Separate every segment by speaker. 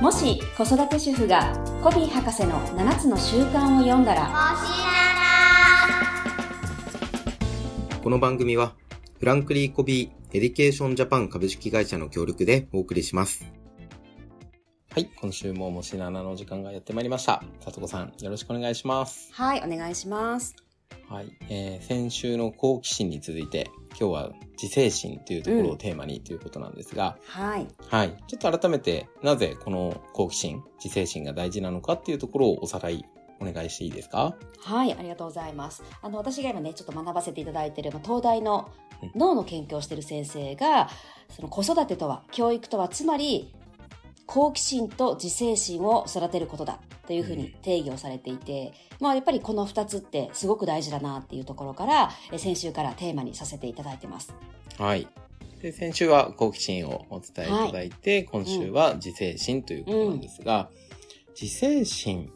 Speaker 1: もし子育て主婦がコビー博士の7つの習慣を読んだら
Speaker 2: この番組は、フランクリー・コビー・エディケーション・ジャパン株式会社の協力でお送りします。はい、今週ももしななのお時間がやってまいりました。さとこさん、よろしくお願いします。
Speaker 1: はいお願いします
Speaker 2: はい、えー先週の好奇心に続いて、今日は自制心というところ
Speaker 1: う
Speaker 2: を
Speaker 1: ん
Speaker 2: テーマにということなんですが、
Speaker 1: はい
Speaker 2: はい、ちょっと改めて、なぜこの好奇心、自制心が大事なのかっていうところをおさらいお願いしていいですか
Speaker 1: はい、ありがとうございます。あの、私が今ね、ちょっと学ばせていただいている、まあ東大の脳の研究をしている先生が、その子育てとは、教育とは、つまり、好奇心と自制心を育てることだというふうに定義をされていて、まあやっぱりこの二つってすごく大事だなっていうところから、え先週からテーマにさせていただいてます。
Speaker 2: はい。で、先週は好奇心をお伝えいただいて、今週は自制心ということなんですが、自制心、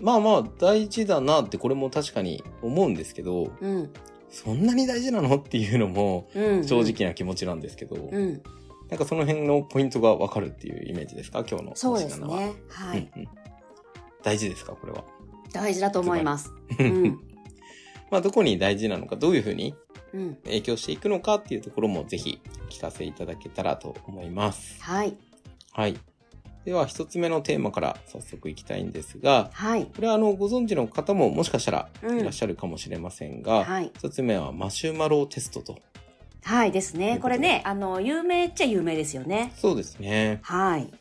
Speaker 2: まあまあ大事だなってこれも確かに思うんですけど、
Speaker 1: うん。
Speaker 2: そんなに大事なのっていうのも
Speaker 1: うん。
Speaker 2: 正。直な気持ちなんですけど、
Speaker 1: うん。
Speaker 2: なんかその辺のポイントがわかるっていうイメージですか今日の
Speaker 1: そうです
Speaker 2: 星七は
Speaker 1: ね。はい。
Speaker 2: うんうん大事ですかこれは。
Speaker 1: 大事だと思います。う
Speaker 2: り
Speaker 1: ん。
Speaker 2: まあどこに大事なのか、どういうふうに
Speaker 1: うん。
Speaker 2: 影響していくのかっていうところもぜひ聞かせいただけたらと思います。
Speaker 1: はい。
Speaker 2: はい。では、一つ目のテーマから早速いきたいんですが、
Speaker 1: はい。
Speaker 2: これはあの、ご存知の方ももしかしたら
Speaker 1: うん
Speaker 2: いらっしゃるかもしれませんが、
Speaker 1: はい。
Speaker 2: 一、つ目はマシュマロテストと。
Speaker 1: はいです
Speaker 2: という
Speaker 1: ね。こ
Speaker 2: こ
Speaker 1: と
Speaker 2: で
Speaker 1: れね、あの、有名っちゃ有名ですよね。
Speaker 2: そうですね。
Speaker 1: はい。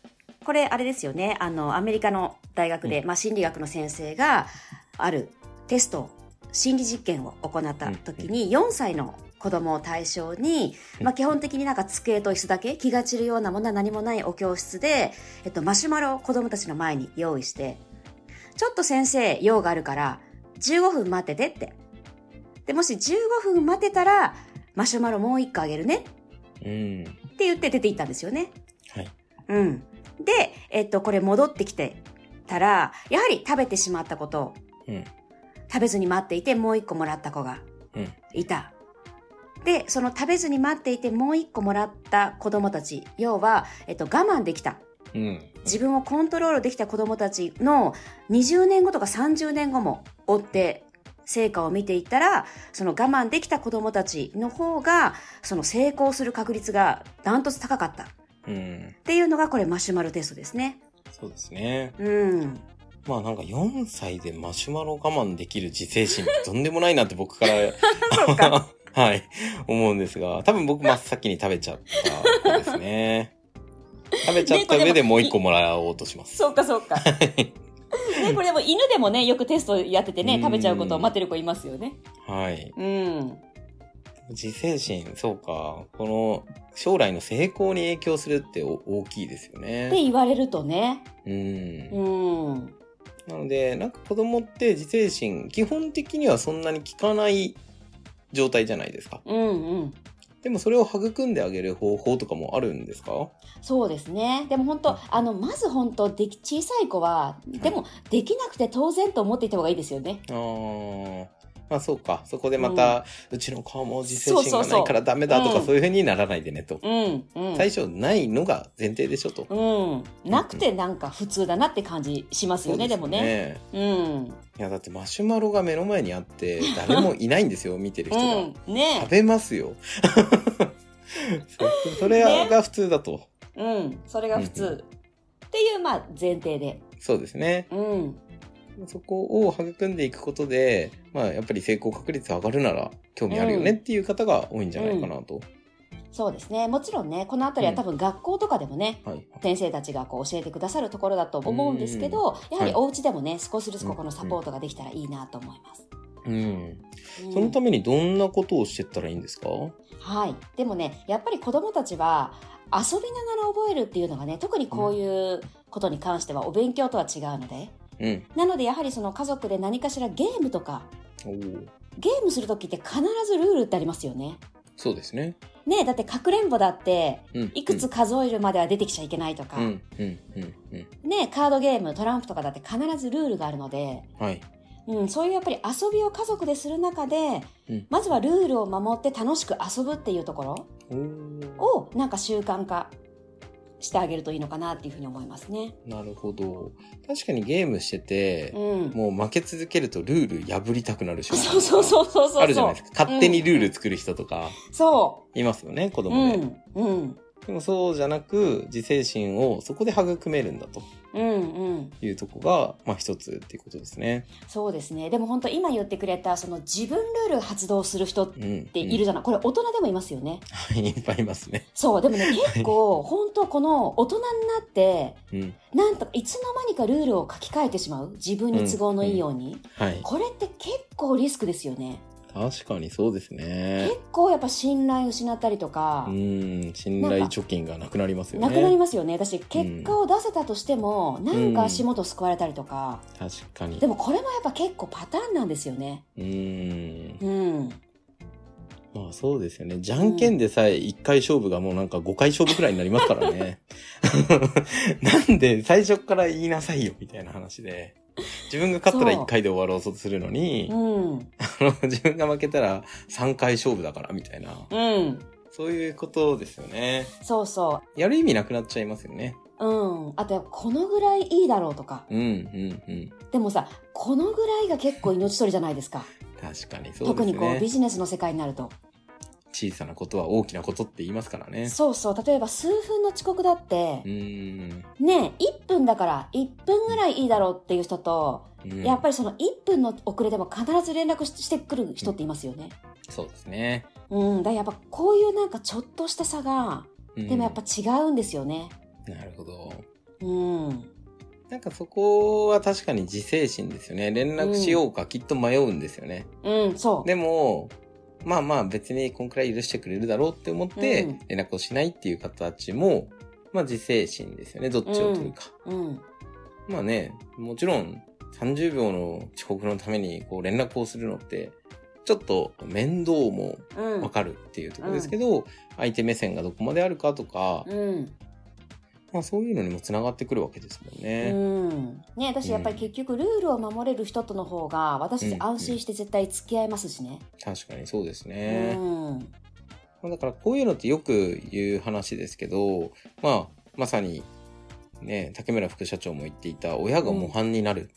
Speaker 1: これ、あれですよね。あの、アメリカの大学で、まあ、心理学の先生が、あるテスト、心理実験を行った時に、4歳の子供を対象に、まあ、基本的になんか机と椅子だけ、気が散るようなものは何もないお教室で、えっと、マシュマロを子供たちの前に用意して、ちょっと先生、用があるから、15分待っててって。で、もし15分待てたら、マシュマロもう1個あげるね
Speaker 2: うん。
Speaker 1: って言って出て行ったんですよね。
Speaker 2: はい。
Speaker 1: うん。で、えっと、これ戻ってきてたら、やはり食べてしまったことを、
Speaker 2: うん
Speaker 1: 食べずに待っていて、もう一個もらった子が
Speaker 2: うん
Speaker 1: いた。で、その食べずに待っていて、もう一個もらった子供たち、要は、えっと、我慢できた。
Speaker 2: うん。
Speaker 1: 自分をコントロールできた子供たちの20年後とか30年後も追って成果を見ていったら、その我慢できた子供たちの方が、その成功する確率がダントツ高かったっ
Speaker 2: うん。
Speaker 1: ていうのがこれマシュマロテストですね。
Speaker 2: そうですね。
Speaker 1: うん。
Speaker 2: まあなんか4歳でマシュマロ我慢できる自制心ってとんでもないなって僕から
Speaker 1: そうか。
Speaker 2: はい、思うんですが、多分僕真っ先に食べちゃった子ですね。食べちゃった上でもう一個もらおうとします。
Speaker 1: そうか、そう か。ね、これでも犬でもね、よくテストやってて
Speaker 2: う
Speaker 1: ね
Speaker 2: ん、
Speaker 1: 食べちゃうことを待ってる子いますよね。
Speaker 2: はい。
Speaker 1: うん。
Speaker 2: 自制心、そうか。この将来の成功に影響するってお大きいですよ
Speaker 1: って
Speaker 2: ね。
Speaker 1: 言われるとね。
Speaker 2: うん
Speaker 1: う。ん。
Speaker 2: なので、なんか子供って自制心、基本的にはそんなに効かない状態じゃないですか。
Speaker 1: うんうん。
Speaker 2: でもそれを育んであげる方法とかもあるんですか
Speaker 1: そうですね。でも本当、あの、まず本当、でき、小さい子は、でも、できなくて当然と思っていた方がいいですよね。
Speaker 2: あーまあそうか。そこでまた、うちの子はもう自制心
Speaker 1: そう
Speaker 2: が
Speaker 1: そう
Speaker 2: な
Speaker 1: そう
Speaker 2: いからダメだとか
Speaker 1: うん
Speaker 2: そういうふうにならないでねと。
Speaker 1: うん、うん。
Speaker 2: 最初ないのが前提でしょと。
Speaker 1: うん。なくてなんか普通だなって感じしますよね、でもね。
Speaker 2: ね。
Speaker 1: うん。
Speaker 2: いやだってマシュマロが目の前にあ って誰もいないんですよ見てる人が。
Speaker 1: うん。ね
Speaker 2: 食べますよ。 そそれが普通だと。
Speaker 1: うん。それが普
Speaker 2: うんう
Speaker 1: 通。っていう、まあ、前提で。
Speaker 2: そうですね。
Speaker 1: うん。
Speaker 2: そこを育んでいくことで、まあやっぱり成功確率上がるなら興味あるよねっていう方が多いんじゃないかなと。
Speaker 1: そうですね。もちろんね、このあたりは多分学校とかでもね、
Speaker 2: はい。
Speaker 1: 先生たちがこう教えてくださるところだと思うんですけど、やはりお家でもね、少しずつここのサポートができたらいいなと思います。
Speaker 2: うん。
Speaker 1: うん
Speaker 2: そのためにどんなことをしてったらいいんですか
Speaker 1: はい。でもね、やっぱり子供たちは遊びながら覚えるっていうのがね、特にこういうことに関してはお勉強とは違うので。
Speaker 2: うん。
Speaker 1: なのでやはりその家族で何かしらゲームとか、
Speaker 2: おー
Speaker 1: ゲームするときって必ずルールってありますよね。
Speaker 2: そうですね。
Speaker 1: ねえだってかくれんぼだって、
Speaker 2: うん
Speaker 1: いくつ数えるまでは出てきちゃいけないとか、
Speaker 2: うん、うん、うん、うん。
Speaker 1: ねえカードゲーム、トランプとかだって必ずルールがあるので、
Speaker 2: はい。
Speaker 1: うん、そういうやっぱり遊びを家族でする中で、
Speaker 2: うん
Speaker 1: まずはルールを守って楽しく遊ぶっていうところ
Speaker 2: おー
Speaker 1: をなんか習慣化してあげるといいのかなっていうふうに思いますね。
Speaker 2: なるほど。確かにゲームしてて、
Speaker 1: うん。
Speaker 2: もう負け続けるとルール破りたくなる瞬
Speaker 1: そ
Speaker 2: 間
Speaker 1: うそうそうそうそう。
Speaker 2: あるじゃないですか。勝手にルール作る人とか、
Speaker 1: そ
Speaker 2: いますよね、子
Speaker 1: う。う
Speaker 2: 供で。
Speaker 1: ん。うん。
Speaker 2: でもそうじゃなく、自制心をそこで育めるんだと
Speaker 1: うんうん。
Speaker 2: いうとこが、まあ一つっていうことですね。
Speaker 1: そうですね。でも本当今言ってくれた、その自分ルール発動する人っ
Speaker 2: うん。って
Speaker 1: いるじゃない。これ大人でもいますよね。
Speaker 2: いっぱいいますね。
Speaker 1: そう。でも ね、結構、本当この大人になって、
Speaker 2: うん。
Speaker 1: なんとかいつの間にかルールを書き換えてしまう。自分に都合のいいように。
Speaker 2: はい。
Speaker 1: これって結構リスクですよね。
Speaker 2: 確かにそうですね
Speaker 1: 結。構やっぱ信頼失ったりとか
Speaker 2: う、ん。信頼貯金がなくなりますよね。
Speaker 1: なくなりますよね。私、結果を出せたとしても、なんか足元救われたりとか、
Speaker 2: 確かに
Speaker 1: で。もこれもやっぱ結構パターンなんですよね。
Speaker 2: うん。
Speaker 1: うん。
Speaker 2: まあそうですよね。じゃんけんでさえ1回勝負がもうなんか5回勝負くらいになりますか らね。なんで最初から言いなさいよみたいな話で。自分が勝ったら
Speaker 1: そう
Speaker 2: 1回で終わろうとするのに、
Speaker 1: うん。
Speaker 2: 自分が負けたら3回勝負だからみたいな。
Speaker 1: うん。
Speaker 2: そういうことですよね。
Speaker 1: そうそ
Speaker 2: やる意味なくなっちゃいますよね。
Speaker 1: う。うん。あと、このぐらいいいだろうとか。
Speaker 2: うんうんうん。
Speaker 1: でもさ、このぐらいが結構命取りじゃないですか。
Speaker 2: 確かにそうで
Speaker 1: 特
Speaker 2: す
Speaker 1: にこう、ビ
Speaker 2: ね。
Speaker 1: ジネスの世界になると。
Speaker 2: 小さなことは大きなことって言いますからね。
Speaker 1: そうそう。例えば数分の遅刻だって
Speaker 2: う、ん。
Speaker 1: ねえ、1分だから、1分ぐらいいいだろうっていう人と、
Speaker 2: うん
Speaker 1: やっぱりその1分の遅れでも必ず連絡ししてくる人っていますよね。
Speaker 2: そうですね。
Speaker 1: うん。だからやっぱこういうなんかちょっとした差が、
Speaker 2: うん
Speaker 1: でもやっぱ違うんですよね。
Speaker 2: なるほど。
Speaker 1: うん。
Speaker 2: なんかそこは確かに自制心ですよね。連絡しようかきっと迷うんですよね。
Speaker 1: うん、そう。
Speaker 2: でも、まあまあ別にこんくらい許してくれるだろうって思って
Speaker 1: うん
Speaker 2: 連絡をしないっていう形も、まあ自制心ですよね。どっちを取るか。
Speaker 1: うん。
Speaker 2: まあね、もちろん30秒の遅刻のためにこう連絡をするのって、ちょっと面倒も
Speaker 1: うん。
Speaker 2: わかるっていうところですけど、相手目線がどこまであるかとか、
Speaker 1: うん。
Speaker 2: まあそういうのにも繋がってくるわけですもんね。
Speaker 1: うん、ね私やっぱり結局ルールを守れる人との方が私たち安心して絶対付き合いますしね。
Speaker 2: 確かにそうです
Speaker 1: う
Speaker 2: ね。
Speaker 1: ん
Speaker 2: まあだからこういうのってよく言う話ですけど、まあ、まさに、ね、竹村副社長も言っていた親が模範になる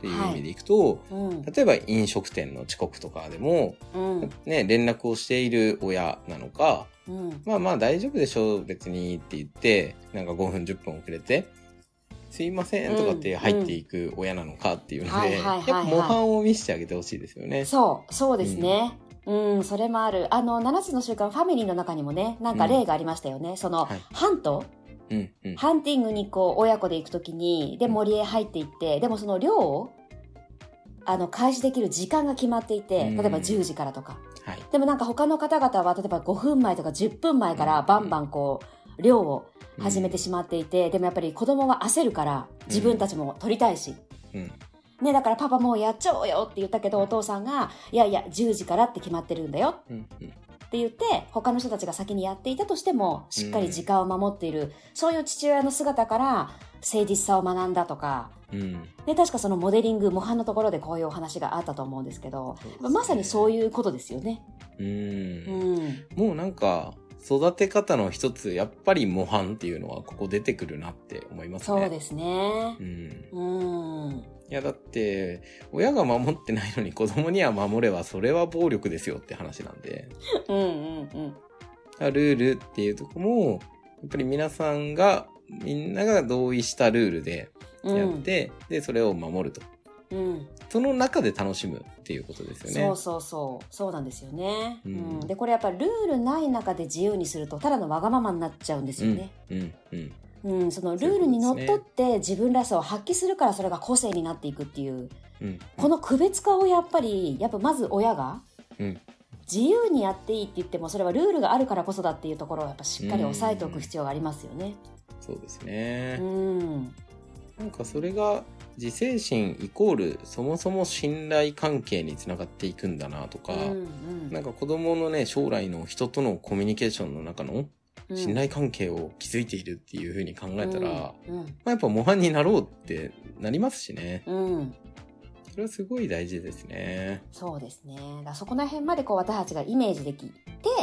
Speaker 2: っていう意味でいくと、
Speaker 1: うん
Speaker 2: 例えば飲食店の遅刻とかでも、
Speaker 1: うん
Speaker 2: ね、連絡をしている親なのか、
Speaker 1: うん
Speaker 2: まあまあ大丈夫でしょう別にって言って、なんか5分10分遅れて、すいませんとかって入っていく親なのかっていうの
Speaker 1: うんうん
Speaker 2: で、
Speaker 1: はいはいは
Speaker 2: やっ
Speaker 1: いはい
Speaker 2: ぱ模範を見せてあげてほしいですよね。
Speaker 1: そうそうですね。うん、それもある。あの、7つの習慣、ファミリーの中にもね、なんか例がありましたよね。その、
Speaker 2: はい
Speaker 1: ハント、
Speaker 2: うんうん。
Speaker 1: ハンティングにこう、親子で行くときに、で、
Speaker 2: うん
Speaker 1: 森へ入っていって、でもその量を、あの、開始できる時間が決まっていて、例えば
Speaker 2: うん
Speaker 1: 10時からとか。
Speaker 2: はい。
Speaker 1: でもなんか他の方々は例えば5分前とか10分前からバンバンこう量を始めてしまっていて、でもやっぱり子供は焦るから自分たちも取りたいし、
Speaker 2: うん。
Speaker 1: ね、だからパパもうやっちゃおうよって言ったけどお父さんがいやいや10時からって決まってるんだよ
Speaker 2: うんうん。
Speaker 1: って言って他の人たちが先にやっていたとしてもしっかり時間を守っている、そういう父親の姿から誠実さを学んだとか、
Speaker 2: うん。
Speaker 1: ね、確かそのモデリング模範のところでこういうお話があったと思うんですけどまさにそういうことですよね。
Speaker 2: う。
Speaker 1: うんん
Speaker 2: もうなんか、育て方の一つ、やっぱり模範っていうのはここ出てくるなって思いますね。
Speaker 1: そうですね。
Speaker 2: うん。
Speaker 1: うん。
Speaker 2: いや、だって、親が守ってないのに子供には守れば、それは暴力ですよって話なんで。
Speaker 1: うんうんうん。
Speaker 2: ルールっていうとこも、やっぱり皆さんが、みんなが同意したルールで
Speaker 1: うん、
Speaker 2: やって、で、それを守ると。
Speaker 1: うん、
Speaker 2: その中で楽しむっていうことですよ
Speaker 1: そ
Speaker 2: ね。
Speaker 1: うそうそうそうなんですよね、
Speaker 2: う
Speaker 1: うんんでこれやっぱルールない中で自由にするとただのわがままになっちゃうんですよね、
Speaker 2: うん、うん。
Speaker 1: うんそのルールにのっとって自分らしさを発揮するからそれが個性になっていくっていう
Speaker 2: うん。
Speaker 1: この区別化をやっぱりやっぱまず親が
Speaker 2: うん
Speaker 1: 自由にやっていいって言ってもそれはルールがあるからこそだっていうところをやっぱしっかり押さえておく必要がありますよね。
Speaker 2: そうですね。
Speaker 1: うん、
Speaker 2: なんかそれが自制心イコールそもそも信頼関係につながっていくんだなとか、
Speaker 1: うん
Speaker 2: なんか子供のね将来の人とのコミュニケーションの中の
Speaker 1: うん
Speaker 2: 信頼関係を築いているっていうふうに考えたら、ま
Speaker 1: うんうん
Speaker 2: あ、やっぱ模範になろうってなりますしね
Speaker 1: うん、
Speaker 2: それはすごい大事ですね。
Speaker 1: そうですね。だからそこら辺までこう私たちがイメージできて、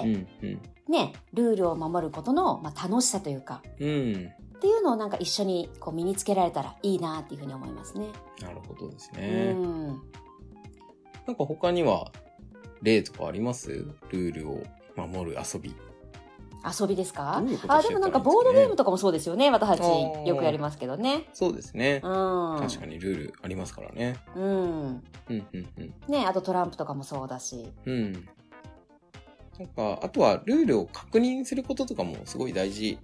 Speaker 2: うんうん
Speaker 1: ね、ルールを守ることの、まあ、楽しさというか、
Speaker 2: うん
Speaker 1: っていうのをなんか一緒にこう身につけられたらいいなっていうふうに思いますね。
Speaker 2: なるほどです
Speaker 1: う
Speaker 2: ね。
Speaker 1: ん。
Speaker 2: なんか他には例とかありますルールを守る遊び。
Speaker 1: 遊びですか
Speaker 2: どういうこと
Speaker 1: あ、
Speaker 2: して
Speaker 1: でも
Speaker 2: たらいいんですかね
Speaker 1: なんかボードゲームとかもそうですよね。私たちよくやりますけどね。
Speaker 2: そうですね
Speaker 1: う。ん。
Speaker 2: 確かにルールありますからね。
Speaker 1: うん。
Speaker 2: うんうん
Speaker 1: ね、あとトランプとかもそうだし。
Speaker 2: うん。うん。なんか、あとはルールを確認することとかもすごい大事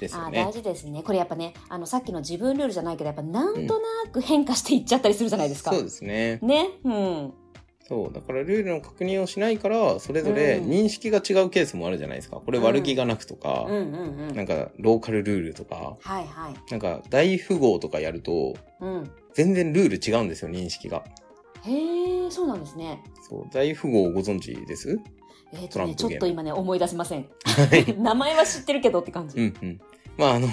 Speaker 2: ですよ
Speaker 1: あ
Speaker 2: ね
Speaker 1: 大。事ですね。これやっぱね、あの、さっきの自分ルールじゃないけど、やっぱなんとなく変化していっちゃったりするじゃないですか。
Speaker 2: そうですね。
Speaker 1: ね。うん。
Speaker 2: そう。だからルールの確認をしないから、それぞれ
Speaker 1: うん
Speaker 2: 認識が違うケースもあるじゃないですか。これ悪気がなくとか、
Speaker 1: うんうんう
Speaker 2: なん
Speaker 1: ん。
Speaker 2: かローカルルールとか、
Speaker 1: はいはい。
Speaker 2: なんか大富豪とかやると、
Speaker 1: うん。
Speaker 2: 全然ルール違うんですよ、認識が。
Speaker 1: へえ、そうなんですね。
Speaker 2: そう。大富豪ご存知です
Speaker 1: えー
Speaker 2: ト
Speaker 1: と
Speaker 2: ラン
Speaker 1: ね、
Speaker 2: プ
Speaker 1: ちょっ
Speaker 2: ゲーム
Speaker 1: と今ね、思い出せません。 名前は知ってるけどって感じ。
Speaker 2: うんうん。まあ、あの、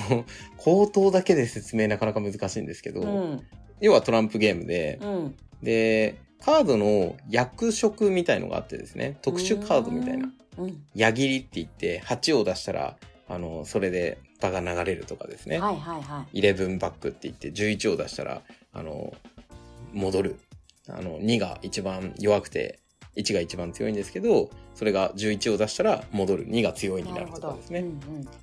Speaker 2: 口頭だけで説明なかなか難しいんですけど、
Speaker 1: うん。
Speaker 2: 要はトランプゲームで、
Speaker 1: うん。
Speaker 2: で、カードの役職みたいのがあってですね、特殊カードみたいな。
Speaker 1: うん。
Speaker 2: 矢切りって言って、8を出したら、あの、それで場が流れるとかですね。
Speaker 1: はいはいはい。
Speaker 2: 11バックって言って、11を出したら、あの、戻る。あの、2が一番弱くて、1が一番強いんですけど、それが11を出したら戻る。2が強いになるとかですね。
Speaker 1: う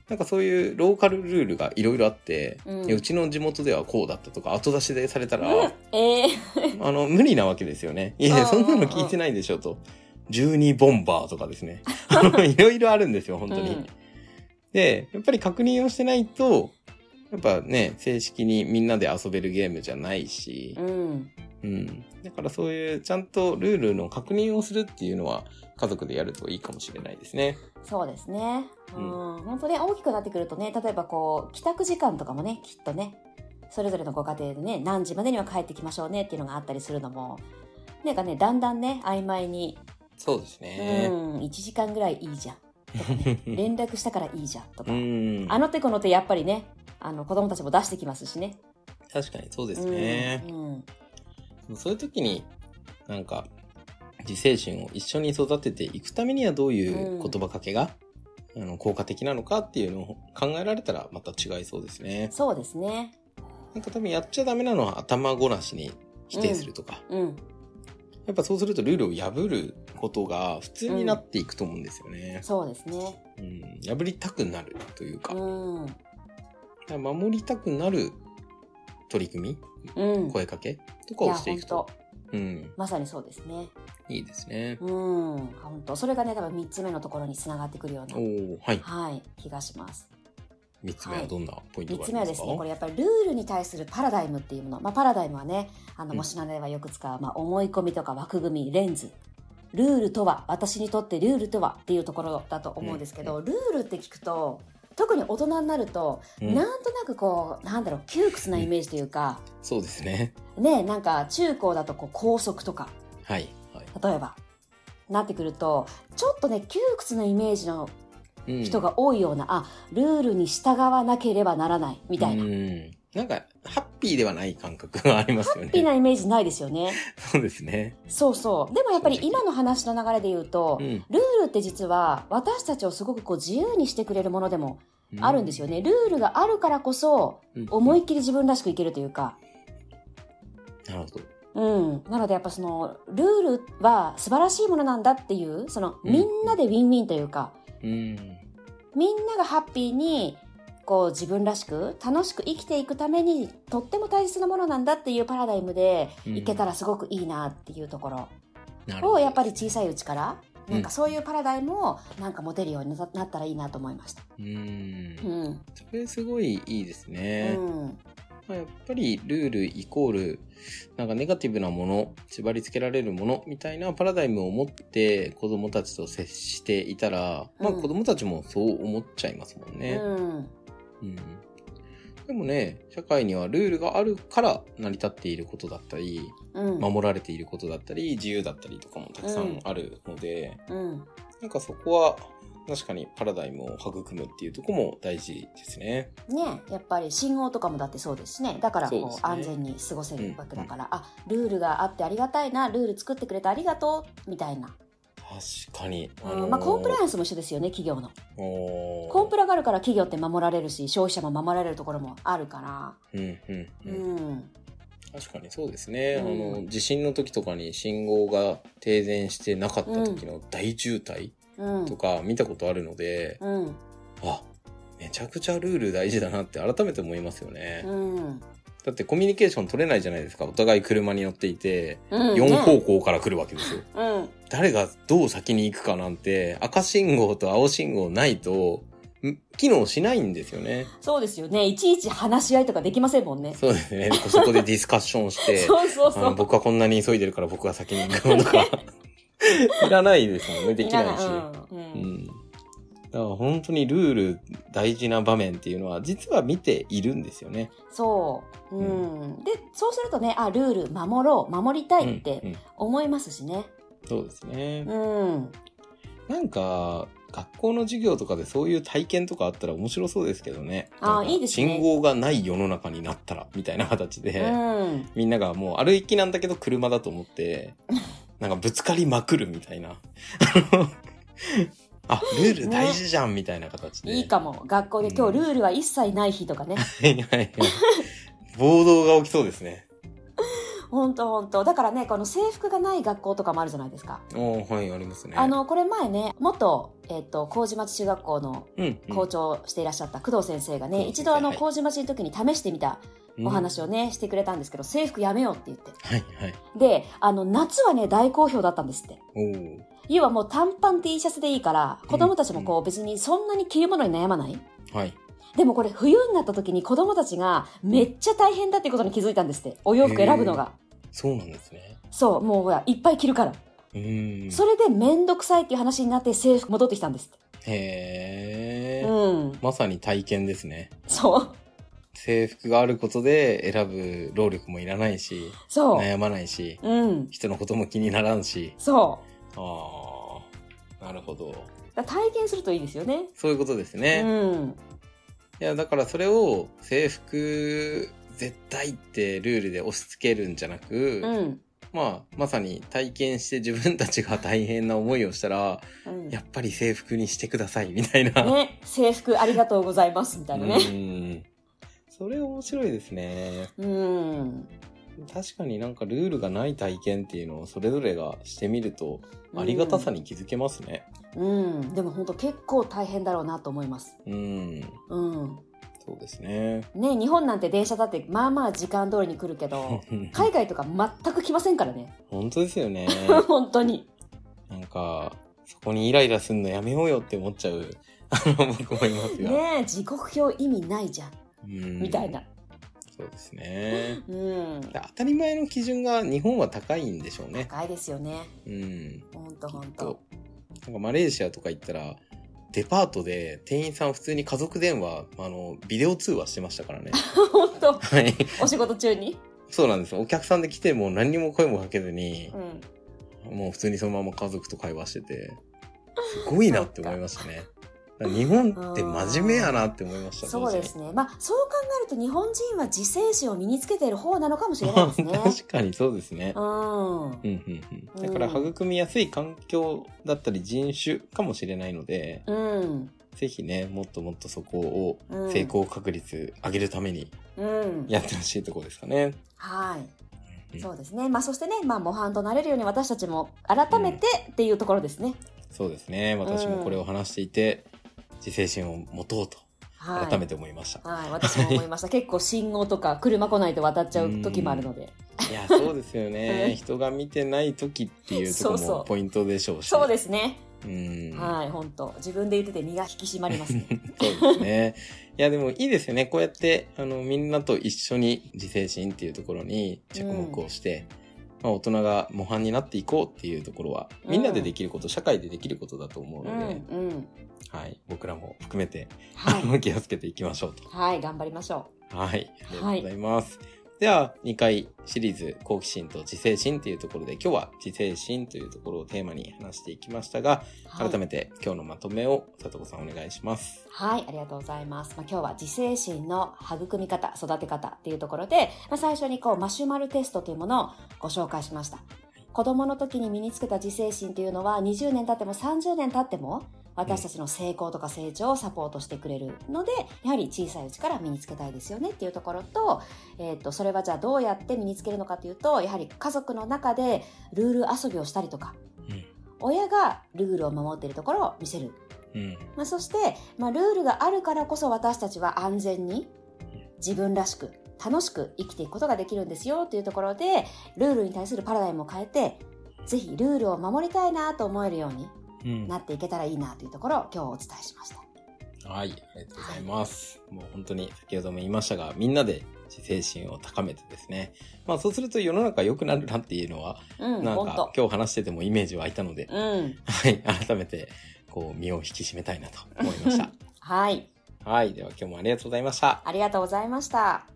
Speaker 2: なんんかそういうローカルルールがいろいろあって、
Speaker 1: うん
Speaker 2: いやうちの地元ではこうだったとか、後出しでされたら、
Speaker 1: うんうん、えー、
Speaker 2: あの、無理なわけですよね。いやいや、そんなの聞いてないでしょ、と。12ボンバーとかです ね。あのいろいろあるんですよ、本当に。
Speaker 1: うん
Speaker 2: で、やっぱり確認をしてないと、やっぱね、正式にみんなで遊べるゲームじゃないし
Speaker 1: う、ん、
Speaker 2: うん。だからそういう、ちゃんとルールの確認をするっていうのは、家族でやるといいかもしれないですね。
Speaker 1: そうですね。う
Speaker 2: うん
Speaker 1: ん、本当ね、大きくなってくるとね、例えばこう、帰宅時間とかもね、きっとね、それぞれのご家庭でね、何時までには帰ってきましょうねっていうのがあったりするのも、なんかね、だんだんね、曖昧に、
Speaker 2: そうです
Speaker 1: う
Speaker 2: ね。
Speaker 1: ん、1時間ぐらいいいじゃん。 連絡したからいいじゃんとか、
Speaker 2: うん。
Speaker 1: あの手この手やっぱりね、あの子供たちも出してきますしね。
Speaker 2: 確かにそうですね。
Speaker 1: うん。うん
Speaker 2: そういう時に、なんか、自制心を一緒に育てていくためにはどういう言葉かけが、あの効果的なのかっていうのを考えられたらまた違いそうですね。
Speaker 1: そうですね。
Speaker 2: なんか多分やっちゃダメなのは頭ごなしに否定するとか、
Speaker 1: うん。
Speaker 2: やっぱそうするとルールを破ることが普通になっていくと思うんですよね。
Speaker 1: そうですね。
Speaker 2: うん破りたくなるというか、
Speaker 1: うん。うん。
Speaker 2: 守りたくなる取り組み、声かけとか
Speaker 1: いや、
Speaker 2: をしてい
Speaker 1: 本
Speaker 2: く
Speaker 1: 当
Speaker 2: と、うん、
Speaker 1: まさにそうですね。
Speaker 2: いいですね。
Speaker 1: うん。本当それがね、多分3つ目のところにつながってくるような
Speaker 2: お、おはい。
Speaker 1: はい、気がします。
Speaker 2: 三つ目はどんなポイント
Speaker 1: 3
Speaker 2: があ
Speaker 1: つ
Speaker 2: り
Speaker 1: 目は
Speaker 2: ま
Speaker 1: ですす
Speaker 2: か、
Speaker 1: ね、これやっぱりルールに対するパラダイムっていうもの。まあ、パラダイムはね、あの、
Speaker 2: うん
Speaker 1: もしなではよく使う、まあ、思い込みとか枠組み、レンズ。ルールとは、私にとってルールとはっていうところだと思うんですけど、ルールって聞くと、特に大人になると、
Speaker 2: うん
Speaker 1: なんとなくこう、なんだろう、窮屈なイメージというか、
Speaker 2: そうですね。
Speaker 1: ね、なんか中高だとこう校則とか、
Speaker 2: はい。はい
Speaker 1: 例えば、なってくると、ちょっとね、窮屈なイメージの
Speaker 2: うん
Speaker 1: 人が多いような、あ、ルールに従わなければならない、みたいな。
Speaker 2: うんなんか、ハッピーではない感覚がありますよ
Speaker 1: ハッピー
Speaker 2: ね。
Speaker 1: なイメージないですよね。
Speaker 2: そうですね。
Speaker 1: そうそう。でもやっぱり
Speaker 2: 正直
Speaker 1: 今の話の流れで言うと
Speaker 2: う、ん
Speaker 1: ルールって実は私たちをすごくこう自由にしてくれるものでもあるんですよね。ルールがあるからこそ、
Speaker 2: うん
Speaker 1: 思いっきり自分らしくいけるというか。
Speaker 2: なるほど。
Speaker 1: うん。なのでやっぱその、ルールは素晴らしいものなんだっていう、その、みんなでウィンウィンというか、
Speaker 2: うん。
Speaker 1: みんながハッピーに、こう自分らしく楽しく生きていくためにとっても大切なものなんだっていうパラダイムで
Speaker 2: うん
Speaker 1: いけたらすごくいいなっていうところ
Speaker 2: なるほ
Speaker 1: を
Speaker 2: ど。
Speaker 1: やっぱり小さいうちから
Speaker 2: うん
Speaker 1: なんかそういうパラダイムをなんか持てるようにななったらいいなと思いました。
Speaker 2: うん。
Speaker 1: うん。
Speaker 2: それすごいいいです
Speaker 1: う
Speaker 2: ね。
Speaker 1: ん。
Speaker 2: まあやっぱりルールイコール、なんかネガティブなもの、縛り付けられるものみたいなパラダイムを持って子供たちと接していたら、まあ
Speaker 1: うん
Speaker 2: 子供たちもそう思っちゃいますもんね。
Speaker 1: うん。
Speaker 2: うん、でもね社会にはルールがあるから成り立っていることだったり
Speaker 1: うん。
Speaker 2: 守られていることだったり自由だったりとかもたくさんあるので、
Speaker 1: うん。
Speaker 2: なんかそこは確かにパラダイムを育むっていうとこも大事ですね。
Speaker 1: ねやっぱり信号とかもだってそうですしねだからこう
Speaker 2: そうですね
Speaker 1: 安全に過ごせるわけだから、あルールがあってありがたいなルール作ってくれてありがとうみたいな
Speaker 2: 確かに。
Speaker 1: うんまあ、コンプライアンスも一緒ですよね企業のコ
Speaker 2: コ
Speaker 1: ンプラがあるから企業って守られるし消費者も守られるところもあるか
Speaker 2: うんうんう。
Speaker 1: ら、うんん、
Speaker 2: 確かにそうですね。あ
Speaker 1: うん
Speaker 2: の、地震の時とかに信号が停電してなかった時の大渋滞
Speaker 1: うん
Speaker 2: とか見たことあるので、
Speaker 1: うん
Speaker 2: あ、めちゃくちゃルール大事だなって改めて思いますよね。
Speaker 1: うん
Speaker 2: だってコミュニケーション取れないじゃないですか。お互い車に乗っていて、
Speaker 1: うん
Speaker 2: 4方向から来るわけですよ。
Speaker 1: うん
Speaker 2: 誰がどう先に行くかなんて、赤信号と青信号ないと、ん機能しないんですよね。
Speaker 1: そうですよねいちいち話し合いとかできませんもんね
Speaker 2: そうですね。そこでディスカッションして、
Speaker 1: そうそう
Speaker 2: あ
Speaker 1: そ
Speaker 2: の
Speaker 1: う
Speaker 2: 僕はこんなに急いでるから僕が先に行くのとか、いらないですもんね。できないし。
Speaker 1: うんう
Speaker 2: うんん。だから本当にルール大事な場面っていうのは、実は見ているんですよね。
Speaker 1: そう、うん、でそうするとねあルール守ろう守りたいっ
Speaker 2: うん
Speaker 1: て
Speaker 2: うん
Speaker 1: 思いますしね
Speaker 2: そうですね。
Speaker 1: うん
Speaker 2: なんか、学校の授業とかでそういう体験とかあったら面白そうですけどね。
Speaker 1: あー
Speaker 2: なんか
Speaker 1: いいですね
Speaker 2: 信号がない世の中になったら、みたいな形で、
Speaker 1: うん
Speaker 2: みんながもう歩きなんだけど車だと思 って、なんかぶつかりまくるみたいな。 あのあ、ルール大事じゃん、みたいな形で。
Speaker 1: いいかも学校で今日ルールは一切ない日とかね
Speaker 2: はいはいはい。暴動が起きそうですね。
Speaker 1: 本当本当だからねこの制服がない学校とかもあるじゃないですか、
Speaker 2: おーはい、ありますね。
Speaker 1: あ、のこれ前ね元、えっと麹町中学校の
Speaker 2: うん、
Speaker 1: 校長をしていらっしゃった工藤先生がね、
Speaker 2: 工藤先生
Speaker 1: 一度あの
Speaker 2: はい
Speaker 1: 麹町の時に試してみた
Speaker 2: うん
Speaker 1: お。話をね、してくれたんですけど制服やめようって言って
Speaker 2: はいはい。
Speaker 1: であの夏はね大好評だったんですって
Speaker 2: おー
Speaker 1: 要はもう短パン T シャツでいいから子供たちもこ
Speaker 2: う
Speaker 1: う別にそんなに着るものに悩まない
Speaker 2: はい。
Speaker 1: でもこれ冬になった時に子供たちがめっちゃ大変だってことに気づいたんですってお洋服選ぶのが
Speaker 2: そうなんですね。
Speaker 1: そうもうほらいっぱい着るから
Speaker 2: うーん。
Speaker 1: それで面倒くさいっていう話になって制服戻ってきたんですっ
Speaker 2: へ
Speaker 1: て。
Speaker 2: ー
Speaker 1: うん。
Speaker 2: まさに体験ですね。
Speaker 1: そう。
Speaker 2: 制服があることで選ぶ労力もいらないし、
Speaker 1: そう。
Speaker 2: 悩まないし、
Speaker 1: うん。
Speaker 2: 人のことも気にならんし。
Speaker 1: そう。
Speaker 2: ああ、なるほど。
Speaker 1: だから体験するといいですよね。
Speaker 2: そういうことです
Speaker 1: う
Speaker 2: ね。
Speaker 1: ん。
Speaker 2: いや、だからそれを制服絶対ってルールで押し付けるんじゃな
Speaker 1: う
Speaker 2: く、
Speaker 1: ん。
Speaker 2: まあ、まさに体験して自分たちが大変な思いをしたら、
Speaker 1: うん
Speaker 2: やっぱり制服にしてください、みたいな。
Speaker 1: ね、制服ありがとうございますみたいな
Speaker 2: う
Speaker 1: ね。
Speaker 2: ん。それ面白いですね。
Speaker 1: うん。
Speaker 2: 確かになんかルールがない体験っていうのをそれぞれがしてみると、ありがたさに気づけますね。
Speaker 1: うん。うん。でも本当結構大変だろうなと思います。
Speaker 2: うん。
Speaker 1: うん。
Speaker 2: そうで すね。
Speaker 1: ね、日本なんて電車だってまあまあ時間通りに来るけ ど、海外とか全く来ませんからね。
Speaker 2: 本当ですよね。
Speaker 1: 本当に。
Speaker 2: なんか、そこにイライラするのやめようよって思っちゃう、あの、僕もいますが。
Speaker 1: ねえ、時刻表意味ないじゃん。
Speaker 2: うん
Speaker 1: みたい。な。
Speaker 2: そうですね。
Speaker 1: うん。
Speaker 2: で当たり前の基準が日本は高いんでしょうね。
Speaker 1: 高いですよね。
Speaker 2: うん。
Speaker 1: ほんとほん
Speaker 2: きっと
Speaker 1: と。
Speaker 2: なんかマレーシアとか行ったら、デパートで店員さん普通に家族電話、あの、ビデオ通話してましたから ね。
Speaker 1: ほんと。
Speaker 2: はい。
Speaker 1: お仕事中に。
Speaker 2: そうなんです。お客さんで来ても何にも声もかけずに
Speaker 1: う、ん。
Speaker 2: もう普通にそのまま家族と会話してて、すごいなって思いましたね。だから日本って真面目やなって思いました
Speaker 1: そうです
Speaker 2: ね。
Speaker 1: ね。まあ、そう考えると日本人は自制心を身につけている方なのかもしれない
Speaker 2: 当
Speaker 1: です
Speaker 2: 時
Speaker 1: ね。
Speaker 2: 確かにそうですね
Speaker 1: う。ん。うん
Speaker 2: うんうんうん、だから育みやすい環境だったり人種かもしれないので、
Speaker 1: うん。
Speaker 2: ぜひねもっともっとそこを
Speaker 1: うん
Speaker 2: 成。功確率上げるために
Speaker 1: うん。
Speaker 2: やってほしいとこですかね。
Speaker 1: はい。
Speaker 2: うん
Speaker 1: そうですね。まあ、そしてね、まあ、模範となれるように私たちも改めてっていうところですね。
Speaker 2: そうですね私もこれを話していて、自制心を持とうと
Speaker 1: はい。
Speaker 2: 改めて思いました。
Speaker 1: はい。私も思いま した。結構信号とか車来ないと渡っちゃう時もあるので。
Speaker 2: い、やそうですよ
Speaker 1: うん
Speaker 2: ね人が見てない時っていうとこ
Speaker 1: そうそ
Speaker 2: も
Speaker 1: う
Speaker 2: ポイントでしょうし
Speaker 1: そうですね。
Speaker 2: うん
Speaker 1: はい。本当自分で言ってて身が引き締まりますね。
Speaker 2: そうですね。いや、でもいいですよね。こうやって、あの、みんなと一緒に自制心っていうところに着目をして、まあ、大人が模範になっていこうっていうところは、みんなでできること、社会でできることだと思う
Speaker 1: う
Speaker 2: ので、
Speaker 1: ん。うん。
Speaker 2: はい。僕らも含めて、
Speaker 1: はい。
Speaker 2: 気をつけていきましょうと。
Speaker 1: はい、頑張りましょ
Speaker 2: はい。ありがとうございます。では、2回シリーズ、好奇心と自制心っていうところで、今日は自制心というところをテーマに話していきましたが、
Speaker 1: う。はい、
Speaker 2: 改めて今日のまとめを、さとこさんお願いします。
Speaker 1: はい、ありがとうございます。まあ、今日は自制心の育み方、育て方っていうところで、まあ、最初にこうマシュマロテストというものをご紹介しました。子供の時に身につけた自制心というのは20年経っても30年経っても私たちの成功とか成長をサポートしてくれるので、やはり小さいうちから身につけたいですよねっていうところと、えっ、と、それはじゃあどうやって身につけるのかというと、やはり家族の中でルール遊びをしたりとか、
Speaker 2: うん
Speaker 1: 親がルールを守っているところを見せる。
Speaker 2: うん。
Speaker 1: まあ、そして、まあ、ルールがあるからこそ私たちは安全に自分らしく楽しく生きていくことができるんですよというところで、ルールに対するパラダイムを変えて、ぜひルールを守りたいなと思えるように
Speaker 2: うん。
Speaker 1: なっていけたらいいなというところを今日お伝えしました。
Speaker 2: はい、ありがとうございます。もう本当に先ほども言いましたが、みんなで自制心を高めてですね。まあそうすると世の中良くなるなっていうのは、
Speaker 1: うん、
Speaker 2: なん
Speaker 1: 本
Speaker 2: か
Speaker 1: 当。
Speaker 2: 今日話しててもイメージ湧いたの で、
Speaker 1: うん。
Speaker 2: はい、改めてこう身を引き締 めたいなと思いました。
Speaker 1: はい。
Speaker 2: はい、では今日もありがとうございました。
Speaker 1: ありがとうございました。